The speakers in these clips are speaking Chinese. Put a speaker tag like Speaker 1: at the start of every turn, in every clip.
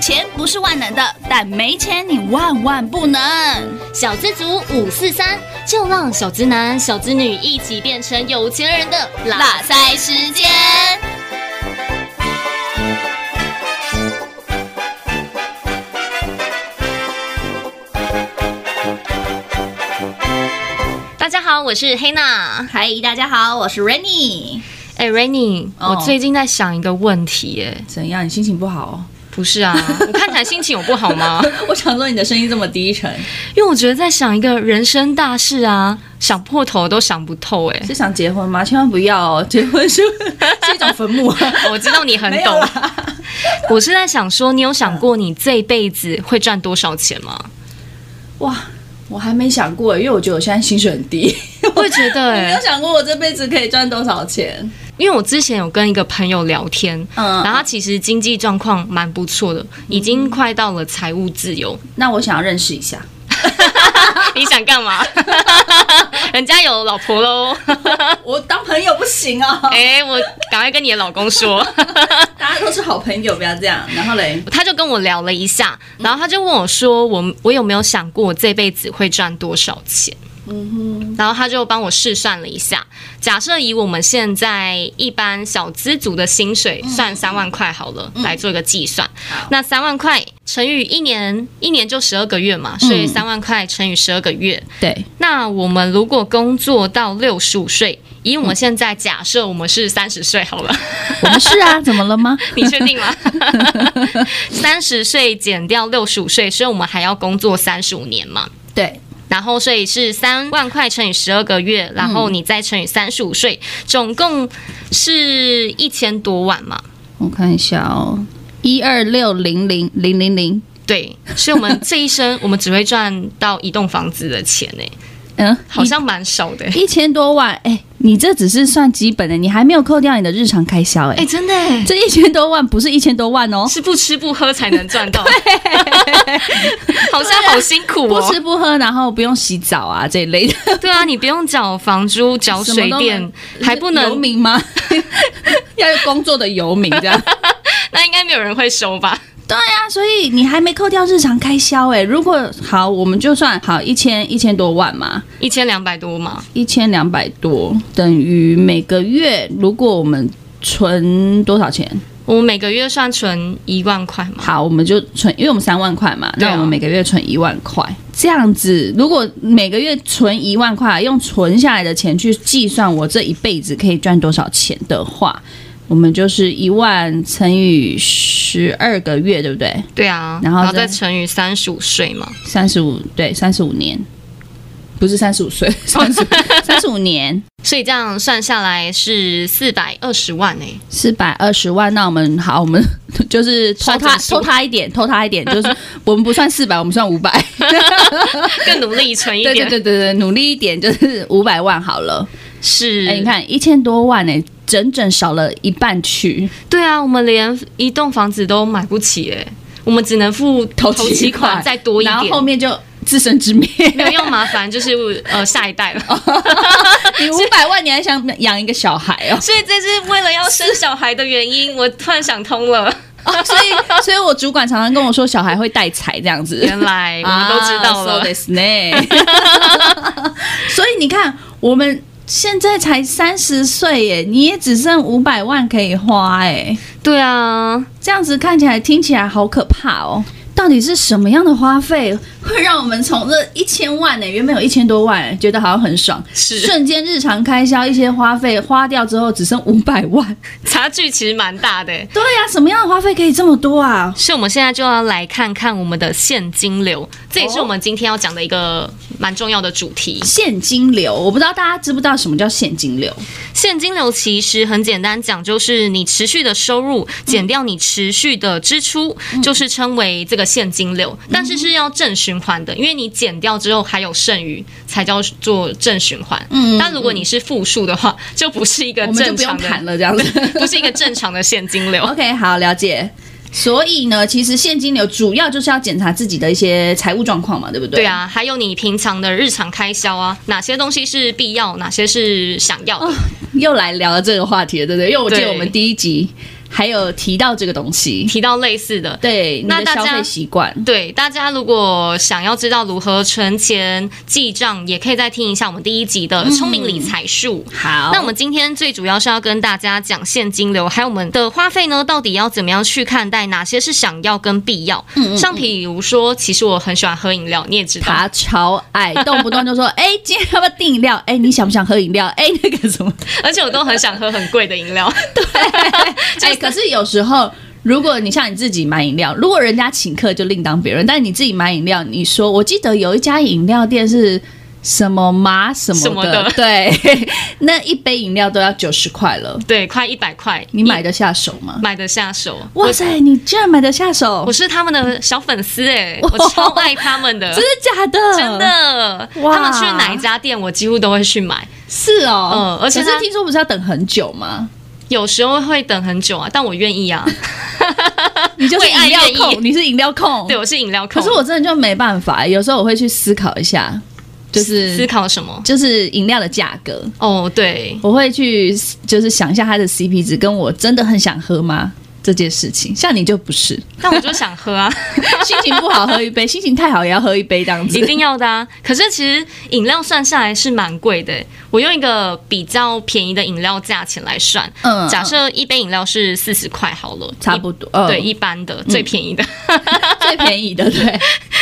Speaker 1: 钱不是万能的，但没钱你万万不能。
Speaker 2: 小资族五四三，就让小资男、小资女一起变成有钱人的
Speaker 1: 拉塞时间，
Speaker 2: 大家好，我是黑娜。
Speaker 1: 嗨，大家好，我是 Rainy。
Speaker 2: 哎、r a i n y
Speaker 1: 哦
Speaker 2: 我最近在想一个问题、哎，
Speaker 1: 怎样？你心情不好、
Speaker 2: 不是 啊，我看起来心情有不好 吗？
Speaker 1: 我想说你的声音这么低沉，
Speaker 2: 因为我觉得在想一个人生大事啊，想破头都想不透、哎。
Speaker 1: 是想结婚吗？千万不要哦，结婚是是一种坟 墓。
Speaker 2: 哦我知道你很
Speaker 1: 没有
Speaker 2: 懂，我是在想说，你有想过你这辈子会赚多少钱吗？
Speaker 3: 哇，我还没想过，因为我觉得我现在薪水 很低，
Speaker 2: 我也觉得、
Speaker 3: 没
Speaker 2: 哎
Speaker 3: 有想过我这辈子可以赚多少钱。
Speaker 2: 因为我之前有跟一个朋友聊天，然后
Speaker 3: 嗯，
Speaker 2: 他其实经济状况蛮不错的，已经快到了财务自由。
Speaker 3: 那我想要认识 一下。
Speaker 2: 你想干嘛？人家有老婆喽。
Speaker 3: 我当朋友不行啊，
Speaker 2: 哎、我赶快跟你的老公说。
Speaker 3: 大家都是好朋友，不要这样。然后嘞，
Speaker 2: 他就跟我聊了一下，然后他就问我说：“我我有没有想过我这辈子会赚多少钱？”
Speaker 3: 嗯
Speaker 2: 然后他就帮我试算了一下，假设以我们现在一般小资族的薪水算三万块好了，来做一个计算。那三万块乘以一年，一年就十二个月嘛，所以三万块乘以十二个月。
Speaker 3: 哼，对，
Speaker 2: 那我们如果工作到六十五岁，以我们现在假设我们是三十岁好了，
Speaker 3: 我们是啊，怎么了吗？
Speaker 2: 你确定吗？三十岁减掉六十五岁，所以我们还要工作三十五年嘛。
Speaker 3: 对，
Speaker 2: 然后所以是三万块乘以十二个月，然后你再乘以三十五岁，总共是一千多万嘛。
Speaker 3: 我看一下哦，一二六零零零零零，
Speaker 2: 对，所以我们这一生我们只会赚到一栋房子的钱呢、
Speaker 3: 嗯，
Speaker 2: 好像蛮少的、欸
Speaker 3: 一千多万。哎、你这只是算基本的，你还没有扣掉你的日常开销、
Speaker 2: 哎、真的、欸，
Speaker 3: 这一千多万不是一千多万哦，
Speaker 2: 是不吃不喝才能赚到，好像好辛苦
Speaker 3: 不
Speaker 2: 哦
Speaker 3: 吃。不喝，然后不用洗澡啊这一类的。
Speaker 2: 对啊，你不用缴房租、缴
Speaker 3: 什么
Speaker 2: 水
Speaker 3: 都
Speaker 2: 电， 还不
Speaker 3: 游
Speaker 2: 能，
Speaker 3: 民 吗？要工作的游民啊这样。
Speaker 2: 那应该没有人会收吧？
Speaker 3: 对啊，所以你还没扣掉日常开销哎、如果好，我们就算好一千一千多万嘛，
Speaker 2: 一千两百多嘛，
Speaker 3: 一千两百多等于每个月，如果我们存多少钱？
Speaker 2: 我们每个月算存一万块嘛。
Speaker 3: 好，我们就存，因为我们三万块嘛，
Speaker 2: 对啊
Speaker 3: 那我们每个月存一万块，这样子，如果每个月存一万块，用存下来的钱去计算我这一辈子可以赚多少钱的话，我们就是一万乘以十二个月，对不对？
Speaker 2: 对啊，
Speaker 3: 然后再
Speaker 2: 再乘以三十五岁嘛，
Speaker 3: 三十五，对，三十五年，不是三十五岁，三十三十五年，
Speaker 2: 所以这样算下来是四百二十万欸诶、
Speaker 3: 四百二十万。那我们好，我们 就是偷
Speaker 2: 算
Speaker 3: 他
Speaker 2: 整数
Speaker 3: 偷他一点，偷他一点，就是 我们不算四百，我们算五百。
Speaker 2: 更努力存一
Speaker 3: 对
Speaker 2: 点。
Speaker 3: 对对对对，努力一点就是五百万好了。
Speaker 2: 是、
Speaker 3: 哎、你，看一千多万哎、整整少了一半去。
Speaker 2: 对啊，我们连一栋房子都买不起诶、欸我们只能付
Speaker 3: 头期
Speaker 2: 期款
Speaker 3: 款
Speaker 2: 再多一
Speaker 3: 然后
Speaker 2: 点
Speaker 3: 后。面就自生自灭。
Speaker 2: 没有用麻烦，就是呃下一 代了。
Speaker 3: 你五百万你还想养一个小孩 哦？
Speaker 2: 所以这是为了要生小孩的原因，我突然想通了。
Speaker 3: 哦所以，所以我主管常常跟我说，小孩会带财这样子。
Speaker 2: 原来我们都知道了。
Speaker 3: 啊、so this 呢 所以你看，我们现在才三十岁耶，你也只剩五百万可以花哎，
Speaker 2: 对啊，
Speaker 3: 这样子看起来、听起来好可怕哦。到底是什么样的花费会让我们从这一千万呢？原本有一千多万耶，觉得好像很爽，
Speaker 2: 是
Speaker 3: 瞬间日常开销一些花费花掉之后，只剩五百万。
Speaker 2: 差距其实蛮大的欸。
Speaker 3: 对呀、什么样的花费可以这么多啊？
Speaker 2: 所以我们现在就要来看看我们的现金流，这也是我们今天要讲的一个蛮重要的主题。
Speaker 3: 现金流，我不知道大家知不知道什么叫现金流？
Speaker 2: 现金流其实很简单讲，就是你持续的收入减掉你持续的支出，
Speaker 3: 嗯
Speaker 2: 就是称为这个现金流。但是是要正循环的，因为你减掉之后还有剩余，才叫做正循环。
Speaker 3: 嗯
Speaker 2: 但如果你是负数的话，就不是一个
Speaker 3: 我们就
Speaker 2: 正
Speaker 3: 不用
Speaker 2: 常
Speaker 3: 谈
Speaker 2: 的，
Speaker 3: 了，这样子。
Speaker 2: 不是一个正常的现金 流。
Speaker 3: OK，好，了解。所以呢，其实现金流主要就是要检查自己的一些财务状况嘛，对不对？
Speaker 2: 对。啊，还有你平常的日常开销啊，哪些东西是必要，哪些是想要的。
Speaker 3: 哦，又来聊了这个话题了，对不对？因为我记得
Speaker 2: 对
Speaker 3: 我们第一集还有提到这个东西，
Speaker 2: 提到类似的，
Speaker 3: 对你
Speaker 2: 那
Speaker 3: 的
Speaker 2: 大
Speaker 3: 消
Speaker 2: 家
Speaker 3: 费习惯，
Speaker 2: 对，大家如果想要知道如何存钱记账，也可以再听一下我们第一集的《聪明理财术》
Speaker 3: 嗯好，
Speaker 2: 那我们今天最主要是要跟大家讲现金流，还有我们的花费呢，到底要怎么样去看待，哪些是想要跟必要。
Speaker 3: 嗯
Speaker 2: 像比如说，其实我很喜欢喝饮料，你也知道，
Speaker 3: 他超爱，动不动 就说：“哎、今天要不要订饮料？哎、你想不想喝饮料？哎、那个什么
Speaker 2: 而且我都很想喝很贵的饮料。对，？”
Speaker 3: 哎、可是有时候，如果你像你自己买饮料，如果人家请客就另当别论，但你自己买饮料，你说我记得有一家饮料店是什么麻什么的，
Speaker 2: 什么的
Speaker 3: 对，那一杯饮料都要九十块了，
Speaker 2: 对，快一百块，
Speaker 3: 你买得下手吗
Speaker 2: 一？买得下手？
Speaker 3: 哇塞，你居然买得下手
Speaker 2: 我！是他们的小粉丝 哎、我超爱他们的，
Speaker 3: 真的假的？
Speaker 2: 真的，
Speaker 3: 哇
Speaker 2: 他们去哪一家店，我几乎都会去买，
Speaker 3: 是哦，
Speaker 2: 嗯而且
Speaker 3: 可是
Speaker 2: 它
Speaker 3: 听说不是要等很久吗？
Speaker 2: 有时候会等很久啊，但我愿 意啊。
Speaker 3: 你就是
Speaker 2: 为爱
Speaker 3: 饮料
Speaker 2: 愿意
Speaker 3: 控，你是饮料控，
Speaker 2: 对，我是饮料
Speaker 3: 可
Speaker 2: 控。
Speaker 3: 是我真的就没办法，有时候我会去思考一下，就
Speaker 2: 思
Speaker 3: 是
Speaker 2: 考什么？
Speaker 3: 就是饮料的价格，
Speaker 2: 哦，对，
Speaker 3: 我会去就是想一下它的 CP 值，跟我真的很想喝吗这件事情。像你就不是，
Speaker 2: 但我就想喝啊，
Speaker 3: 心情不好喝一杯，心情太好也要喝一杯这样
Speaker 2: 一
Speaker 3: 子。
Speaker 2: 定要的啊。可是其实饮料算下来是蛮贵的欸、我用一个比较便宜的饮料价钱来算，
Speaker 3: 嗯
Speaker 2: 假设一杯饮料是四十块好了，
Speaker 3: 差不多，嗯
Speaker 2: 一。对，一般的最便宜的。
Speaker 3: 最便宜的，对，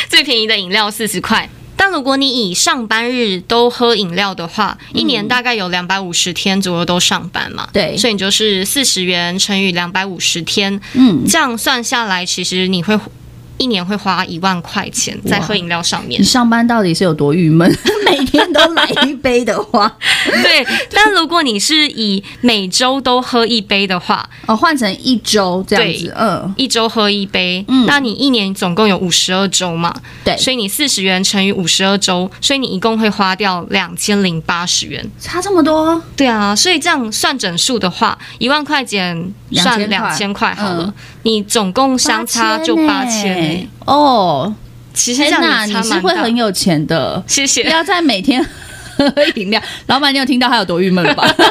Speaker 2: 最便宜的饮料四十块。但如果你以上班日都喝饮料的话，一年大概有两百五十天左右都上班嘛，
Speaker 3: 对
Speaker 2: 所以你就是四十元乘以两百五十天，
Speaker 3: 嗯，
Speaker 2: 这样算下来，其实你会一年会花一万块钱在喝饮料上面
Speaker 3: 你。嗯上班到底是有多郁闷？ 每天都来一杯的话，
Speaker 2: 对，但如果你是以每周都喝一杯的话，
Speaker 3: 哦，换成一周这样子
Speaker 2: 对，
Speaker 3: 嗯，
Speaker 2: 一周喝一杯，
Speaker 3: 嗯
Speaker 2: 那你一年总共有五十二周嘛，
Speaker 3: 对，
Speaker 2: 所以你四十元乘以五十二周，所以你一共会花掉两千零八十元。
Speaker 3: 差这么多，
Speaker 2: 对啊，所以这样算整数的话，一万块钱算两千
Speaker 3: 2000
Speaker 2: 块好了，
Speaker 3: 嗯
Speaker 2: 你总共相差就八千、欸。
Speaker 3: 哦。
Speaker 2: 其实这
Speaker 3: 天
Speaker 2: 样
Speaker 3: 呐，
Speaker 2: 也
Speaker 3: 你
Speaker 2: 差
Speaker 3: 是
Speaker 2: 蛮
Speaker 3: 会
Speaker 2: 大
Speaker 3: 很。有钱的，
Speaker 2: 谢
Speaker 3: 不
Speaker 2: 谢。
Speaker 3: 要再每天喝饮料。老板，你有听到他有多郁闷了吧？
Speaker 2: 等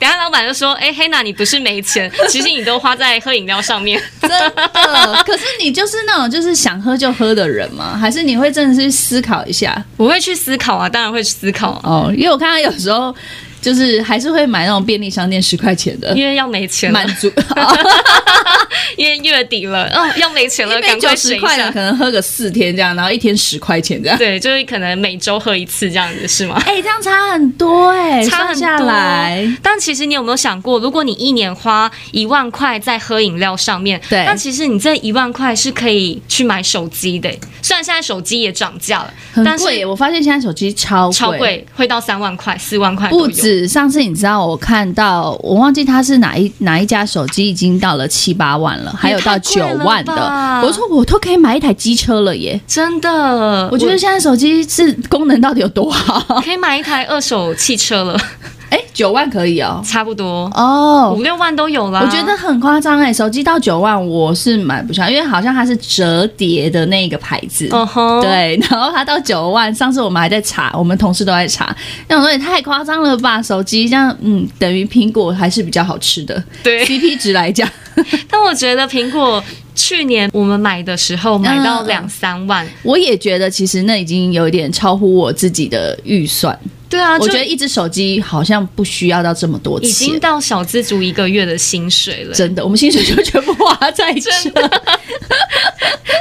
Speaker 2: 一下老板就说：“哎、黑娜，你不是没钱，其实你都花在喝饮料 上面。
Speaker 3: 真的。可是你就是那种就是想喝就喝的人吗？还是你会真的是去思考一下？”
Speaker 2: 我会去思考啊，当然会去思考啊，
Speaker 3: 哦，因为我看他有时候就是还是会买那种便利商店十块钱的。
Speaker 2: 因为要没钱了
Speaker 3: 满， 足，哦
Speaker 2: 因为月底了，哦，要没钱了，
Speaker 3: 一杯
Speaker 2: 赶
Speaker 3: 九
Speaker 2: 快
Speaker 3: 十
Speaker 2: 省一
Speaker 3: 块的，
Speaker 2: 下
Speaker 3: 可。能喝个四天这样，然后一天十块钱这样。
Speaker 2: 对，就是可能每周喝一次这样子，是吗？
Speaker 3: 哎、这样差很多哎、
Speaker 2: 差
Speaker 3: 算
Speaker 2: 很
Speaker 3: 下
Speaker 2: 多
Speaker 3: 来，。
Speaker 2: 但其实你有没有想过，如果你一年花一万块在喝饮料上面，
Speaker 3: 对
Speaker 2: 但其实你这一万块是可以去买手机的。虽然现在手机也涨价了，
Speaker 3: 很
Speaker 2: 但
Speaker 3: 贵耶。
Speaker 2: 是
Speaker 3: 我发现现在手机超
Speaker 2: 超贵，会到三万块、四万块都有
Speaker 3: 不。止，上次你知道我看到，我忘记他是哪一哪一家手机已经到了七八万了，还有到九万
Speaker 2: 也太贵了
Speaker 3: 的
Speaker 2: 吧。
Speaker 3: 我说我都可以买一台机车了耶！
Speaker 2: 真的，
Speaker 3: 我觉得现在手机是功能到底有多好？
Speaker 2: 我可以买一台二手汽车了，
Speaker 3: 哎，九万可以哦。
Speaker 2: 差不多
Speaker 3: 哦
Speaker 2: 五，六万都有啦。
Speaker 3: 我觉得很夸张哎，手机到九万我是买不下，因为好像它是折叠的那个牌子。
Speaker 2: 嗯哼，
Speaker 3: 对，然后它到九万，上次我们还在查，我们同事都在查，那我说也太夸张了吧，手机这样，嗯，等于苹果还是比较好吃的
Speaker 2: 对。
Speaker 3: ，CP 值来讲，
Speaker 2: 但我觉得苹果去年我们买的时候买到
Speaker 3: 嗯嗯
Speaker 2: 两三万，
Speaker 3: 我也觉得，其实那已经有一点超乎我自己的预算。
Speaker 2: 对啊，
Speaker 3: 我
Speaker 2: 就
Speaker 3: 觉得一只手机好像不需要到这么多
Speaker 2: 已经
Speaker 3: 钱，
Speaker 2: 到小资族一个月的薪水了。
Speaker 3: 真的，我们薪水就全部花在这。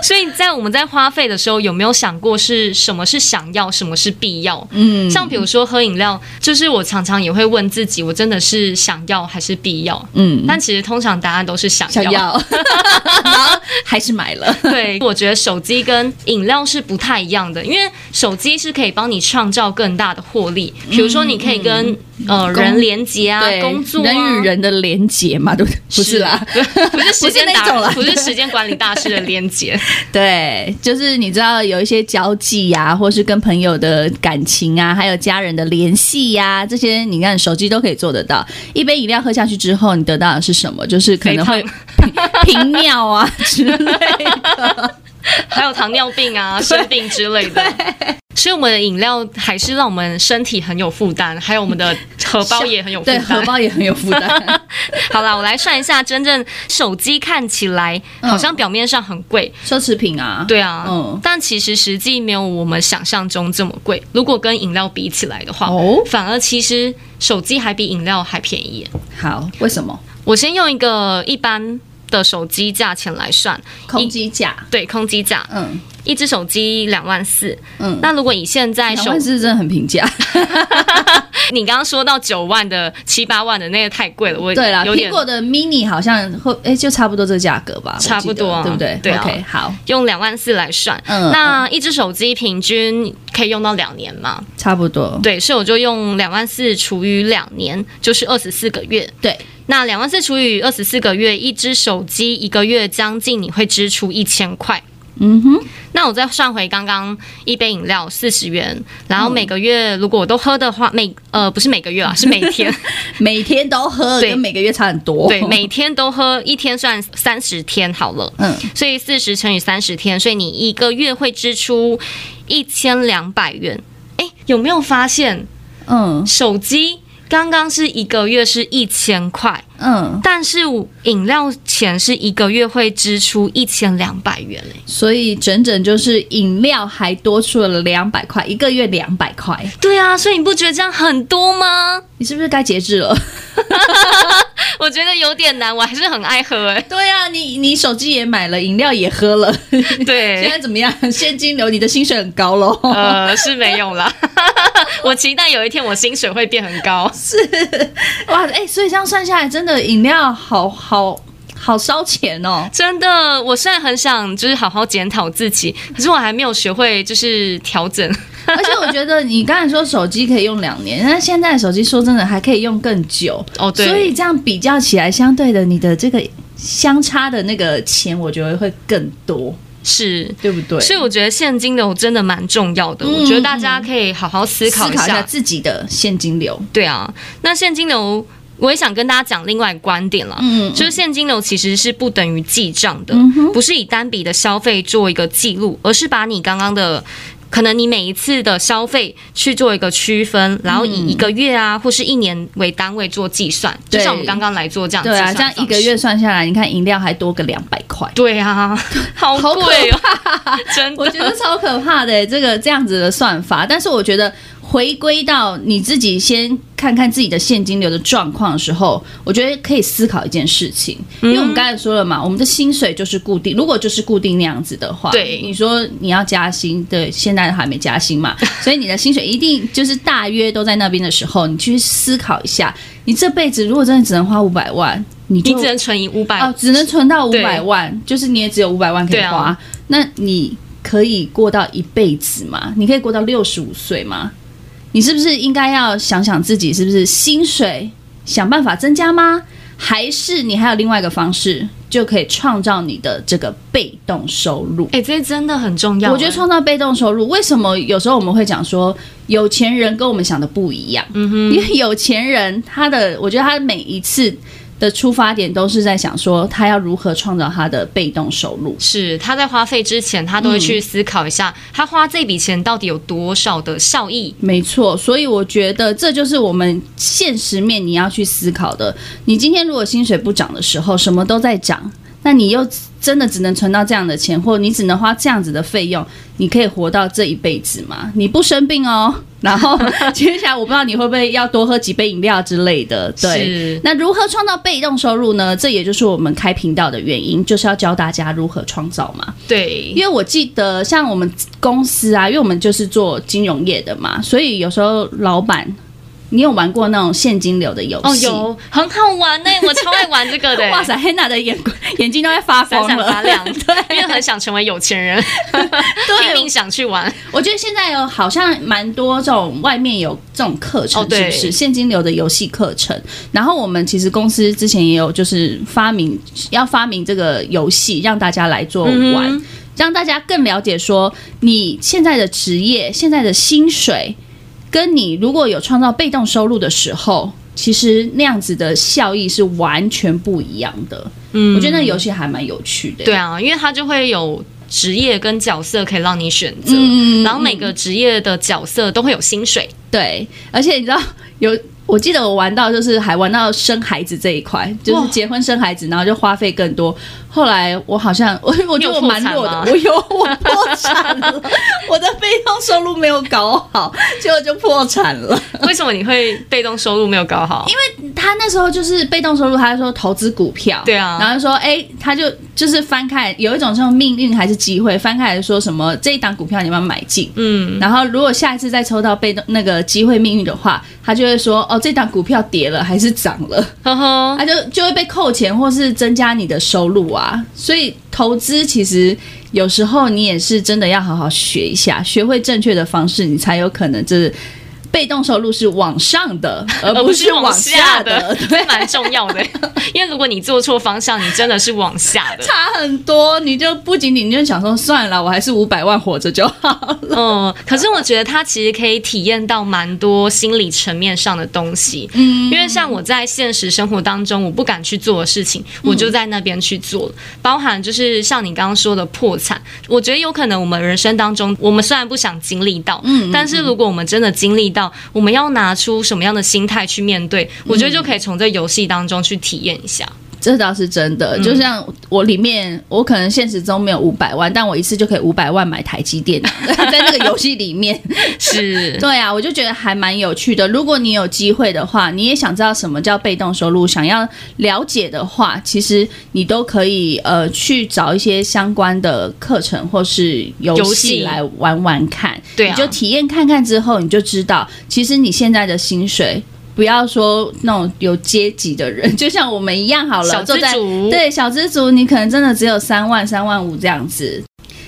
Speaker 2: 所以在我们在花费的时候，有没有想过是什么是想要，什么是必要？
Speaker 3: 嗯，
Speaker 2: 像比如说喝饮料，就是我常常也会问自己，我真的是想要还是必要？
Speaker 3: 嗯，
Speaker 2: 但其实通常答案都是想要。
Speaker 3: 想要， 然后还是买了。
Speaker 2: 对，我觉得手机跟饮料是不太一样的，因为手机是可以帮你创造更大的获利，比如说你可以跟、呃
Speaker 3: 嗯工
Speaker 2: 人连接啊，工作啊，
Speaker 3: 人与人的连结嘛，对不对？不是啦，
Speaker 2: 不是时间
Speaker 3: 不是那
Speaker 2: 打，
Speaker 3: 种啦
Speaker 2: 不是时间管理大师的连接。
Speaker 3: 对，就是你知道有一些交际呀、或是跟朋友的感情啊，还有家人的联系呀、这些你看手机都可以做得到。一杯饮料喝下去之后，你得到的是什么？就是 可能会
Speaker 2: 肥
Speaker 3: 频尿啊之类的。
Speaker 2: 还有糖尿病啊、生病之类的。所以我们的饮料还是让我们身体很有负担，还有我 们的荷 包也很有负
Speaker 3: 对，
Speaker 2: 担。
Speaker 3: 荷包也很有负 担。
Speaker 2: 好啦，我来算一下，真正手机看起来好像表面上很贵，
Speaker 3: 奢侈品啊，
Speaker 2: 对啊，
Speaker 3: 嗯
Speaker 2: 但其实实际没有我们想象中这么贵。如果跟饮料比起来的话，
Speaker 3: 哦
Speaker 2: 反而其实手机还比饮料还便宜耶。
Speaker 3: 好，为什么？
Speaker 2: 我先用一个一般的手机价钱来算，
Speaker 3: 空机价，
Speaker 2: 对，空机价，
Speaker 3: 嗯
Speaker 2: 一只手机两万四。
Speaker 3: 嗯，
Speaker 2: 那如果以现在
Speaker 3: 台
Speaker 2: 手
Speaker 3: 湾，是真的很平价。
Speaker 2: 你刚刚说到九万的、七八万的那个太贵了，我
Speaker 3: 对啦，
Speaker 2: 有
Speaker 3: 苹
Speaker 2: 点
Speaker 3: 果的 mini 好像会，哎、就差不多这价格吧，我记得
Speaker 2: 差不多啊
Speaker 3: 对不对？
Speaker 2: 对啊
Speaker 3: o k 好，
Speaker 2: 用两万四来算。
Speaker 3: 嗯
Speaker 2: 那一只手机平均可以用到两年嘛？
Speaker 3: 差不多，
Speaker 2: 对，所以我就用两万四除以两年，就是二十四个月。
Speaker 3: 对，
Speaker 2: 那两万四除以二十四个月，一只手机一个月将近你会支出一千块。
Speaker 3: 嗯哼，
Speaker 2: 那我再算回刚刚一杯饮料四十元，然后每个月如果我都喝的话，每呃不是每个月啊，是每 天，
Speaker 3: 每天都喝，
Speaker 2: 对
Speaker 3: 跟每个月差很多，
Speaker 2: 对，每天都喝，一天算三十天好了，
Speaker 3: 嗯，
Speaker 2: 所以四十乘以三十天，所以你一个月会支出一千两百元。哎，有没有发现
Speaker 3: 嗯
Speaker 2: 手机刚刚是一个月是一千块，
Speaker 3: 嗯，
Speaker 2: 但是我饮料钱是一个月会支出一千两百元、欸、
Speaker 3: 所以整整就是饮料还多出了两百块，一个月两百块，
Speaker 2: 对啊，所以你不觉得这样很多 吗？
Speaker 3: 你是不是该节制了？
Speaker 2: 我觉得有点难，我还是很爱喝哎、
Speaker 3: 对啊，你你手机也买了，饮料也喝 了，现
Speaker 2: 对，
Speaker 3: 在怎么样？ 现金流，你的薪水很高喽。
Speaker 2: 呃，是没有 啦。我期待有一天我薪水会变很高。
Speaker 3: 哇，哎、所以这样算下来，真的饮料好好好烧钱哦。
Speaker 2: 真的，我虽然很想就是好好检讨自己，可是我还没有学会就是调整。
Speaker 3: 而且我觉得你刚才说手机可以用两年，那现在的手机说真的还可以用更久，
Speaker 2: 哦，对，
Speaker 3: 所以这样比较起来，相对的你的这个相差的那个钱，我觉得会更多，
Speaker 2: 是。
Speaker 3: 对不对？
Speaker 2: 所以我觉得现金流真的蛮重要的，
Speaker 3: 嗯
Speaker 2: 我觉得大家可以好好思考
Speaker 3: 思
Speaker 2: 一
Speaker 3: 考一
Speaker 2: 下
Speaker 3: 下。自己的现金流，
Speaker 2: 对啊，那现金流我也想跟大家讲另外一个观点啦。
Speaker 3: 嗯
Speaker 2: 就是现金流其实是不等于记账的，
Speaker 3: 嗯哼
Speaker 2: 不是以单笔的消费做一个记录，而是把你刚刚的可能你每一次的消费去做一个区分，然后以一个月啊、或是一年为单位做计算，就
Speaker 3: 对
Speaker 2: 像我们刚刚来做这样
Speaker 3: 对啊，
Speaker 2: 计算
Speaker 3: 这样一
Speaker 2: 方
Speaker 3: 个
Speaker 2: 式
Speaker 3: 月算下来，你看饮料还多个两百块。
Speaker 2: 对啊，好
Speaker 3: 好可
Speaker 2: 贵哦， 真
Speaker 3: 我
Speaker 2: 的
Speaker 3: 觉得超可怕的、这 个这样子的算法。但是我觉得回归到你自己先看看自己的现金流的状况的时候，我觉得可以思考一件事情，
Speaker 2: 嗯
Speaker 3: 因为我们刚才说了嘛，我们的薪水就是固定，如果就是固定那样子的话，
Speaker 2: 对
Speaker 3: 你说你要加薪，对，现在还没加薪 嘛，所以你的薪水一定就是大约都在那边的时候，你去思考一下，你这辈子如果真的只能花五百万，你
Speaker 2: 你
Speaker 3: 就
Speaker 2: 只能存一五百、
Speaker 3: 哦，只能存到五
Speaker 2: 对
Speaker 3: 百万，就是你也只有五百万可以
Speaker 2: 对啊
Speaker 3: 花。那你可以过到一辈子吗？你可以过到六十五岁吗？你是不是应该要想想自己是不是薪水想办法增加吗？还是你还有另外一个方式就可以创造你的这个被动收入？
Speaker 2: 哎、这真的很重要欸。
Speaker 3: 我觉得创造被动收入，为什么有时候我们会讲说有钱人跟我们想的不一样？嗯哼，因为有钱人他的，我觉得他每一次的出发点都是在想说他要如何创造他的被动收入。
Speaker 2: 是他在花费之前，他都会
Speaker 3: 嗯
Speaker 2: 去思考一下，他花这笔钱到底有多少的效益。
Speaker 3: 没错，所以我觉得这就是我们现实面你要去思考的。你今天如果薪水不涨的时候，什么都在涨，那你又真的只能存到这样的钱，或你只能花这样子的费用，你可以活到这一辈子吗？你不生病哦。然后接下来我不知道你会不会要多喝几杯饮料之类的，对。
Speaker 2: 是
Speaker 3: 那如何创造被动收入呢？这也就是我们开频道的原因，就是要教大家如何创造嘛。
Speaker 2: 对，
Speaker 3: 因为我记得像我们公司啊，因为我们就是做金融业的嘛，所以有时候老板，你有玩过那种现金流的游
Speaker 2: 哦，
Speaker 3: 戏？
Speaker 2: 有很好玩呢、欸 我超爱玩这个的、欸
Speaker 3: 哇塞，Hannah 的眼眼睛都在发
Speaker 2: 闪
Speaker 3: 光
Speaker 2: 闪
Speaker 3: 了，，
Speaker 2: 发亮
Speaker 3: 对
Speaker 2: 因为很想成为有钱人，拼
Speaker 3: 对
Speaker 2: 命，想去玩。
Speaker 3: 我觉得现在有好像蛮多这种外面有这种课程
Speaker 2: 哦，
Speaker 3: 是
Speaker 2: 对
Speaker 3: 不是现金流的游戏课程？然后我们其实公司之前也有就是发明要发明这个游戏，让大家来做玩。
Speaker 2: 嗯
Speaker 3: 让大家更了解说你现在的职业、现在的薪水，跟你如果有创造被动收入的时候，其实那样子的效益是完全不一样的。
Speaker 2: 嗯
Speaker 3: 我觉得那游戏还蛮有趣的。
Speaker 2: 对啊，因为他就会有职业跟角色可以让你选择，
Speaker 3: 嗯嗯嗯
Speaker 2: 然后每个职业的角色都会有薪水。
Speaker 3: 对，而且你知道有，我记得我玩到就是还玩到生孩子这一块，就是结婚生孩子，然后就花费更多。后来我好像 我我觉得我蛮弱的，
Speaker 2: 你
Speaker 3: 我有我破产了，我的被动收入没有搞好，结果就破产了。
Speaker 2: 为什么你会被动收入没有搞好？嗯因 为
Speaker 3: 他那时候就是被动收入，他说投资股票，
Speaker 2: 对啊
Speaker 3: 然后就说哎、他就就是翻开有一种像命运还是机会，翻开来说什么这一档股票你要不要买进，
Speaker 2: 嗯，
Speaker 3: 然后如果下一次再抽到被动那个机会命运的话，他就会说哦这档股票跌了还是涨了，
Speaker 2: 呵呵，
Speaker 3: 他就就会被扣钱或是增加你的收入啊，所以投资其实。有时候你也是真的要好好学一下，学会正确的方式，你才有可能就是被动收入是往上的，而
Speaker 2: 而
Speaker 3: 不
Speaker 2: 不是
Speaker 3: 是往
Speaker 2: 往
Speaker 3: 下
Speaker 2: 下
Speaker 3: 的
Speaker 2: 的。，
Speaker 3: 对
Speaker 2: 这，蛮重要 的。欸因为如果你做错方向，你真的是往下 的。
Speaker 3: 差很多，你就不仅仅就想说算了，我还是五百万活着就好了。
Speaker 2: 嗯，可是我觉得它其实可以体验到蛮多心理层面上的东西。
Speaker 3: 嗯
Speaker 2: 因为像我在现实生活当中，我不敢去做的事情，
Speaker 3: 嗯
Speaker 2: 我就在那边去做了，包含就是像你刚刚说的破产，我觉得有可能我们人生当中，我们虽然不想经历到，
Speaker 3: 嗯
Speaker 2: 但是如果我们真的经历到，我们要拿出什么样的心态去面对，
Speaker 3: 嗯
Speaker 2: 我觉得就可以从这游戏当中去体验一下。
Speaker 3: 这倒是真的。就像我里面，我可能现实中没有五百万，但我一次就可以五百万买台积电，在那个游戏里面。
Speaker 2: 是，
Speaker 3: 对啊，我就觉得还蛮有趣的。如果你有机会的话，你也想知道什么叫被动收入，想要了解的话，其实你都可以呃去找一些相关的课程或是游
Speaker 2: 游
Speaker 3: 戏
Speaker 2: 戏
Speaker 3: 来玩玩看。
Speaker 2: 对啊
Speaker 3: 你就体验看看之后，你就知道，其实你现在的薪水。不要说那种有阶级的人， 就像我们一样好了，
Speaker 2: 小资
Speaker 3: 坐在
Speaker 2: 族
Speaker 3: 对小资族，你可能真的只有三万、三万五这样子。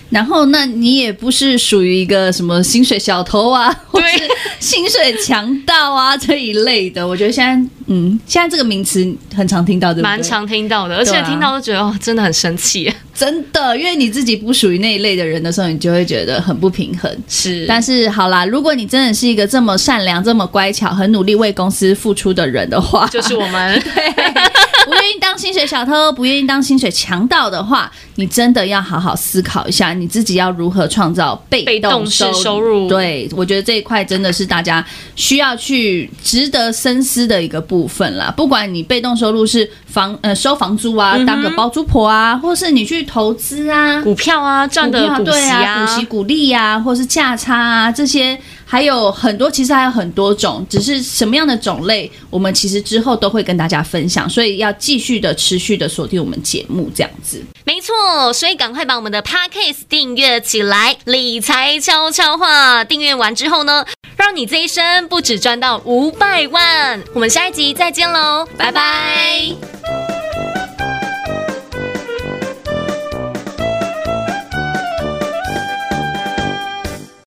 Speaker 3: 然后，那你也不是属于一个什么薪水小偷啊，或
Speaker 2: 对
Speaker 3: 是 薪水强盗啊这一类的。我觉得现在，嗯，现在这个名词很常听到，对不对？
Speaker 2: 蛮常听到的，而
Speaker 3: 对
Speaker 2: 且
Speaker 3: 啊
Speaker 2: 听到都觉得、哦，真的很生气。
Speaker 3: 真的，因为你自己不属于那一类的人的时候，你就会觉得很不平衡。
Speaker 2: 是
Speaker 3: 但是好啦，如果你真的是一个这么善良、这么乖巧、很努力为公司付出的人的话，
Speaker 2: 就是我们
Speaker 3: 不愿意当薪水小偷，不愿意当薪水强盗的话，你真的要好好思考一下，你自己要如何创造被
Speaker 2: 被
Speaker 3: 动
Speaker 2: 动
Speaker 3: 收
Speaker 2: 式收入
Speaker 3: 对，我觉得这一块真的是大家需要去值得深思的一个部分啦。不管你被动收入是房呃收房租
Speaker 2: 嗯
Speaker 3: 啊，当个包租婆啊，或是你去投资啊，
Speaker 2: 股票啊赚的
Speaker 3: 股
Speaker 2: 股
Speaker 3: 票
Speaker 2: 息
Speaker 3: 对啊，股息股利啊，或是价差啊，这些还有很多，其实还有很多种，只是什么样的种类，我们其实之后都会跟大家分享，所以要继续的持续的锁定我们节目这样子。
Speaker 2: 没错，所以赶快把我们的 podcast 订阅起来，《理财悄悄话》订阅完之后呢，让你这一生不止赚到五百万。我们下一集再见喽，拜拜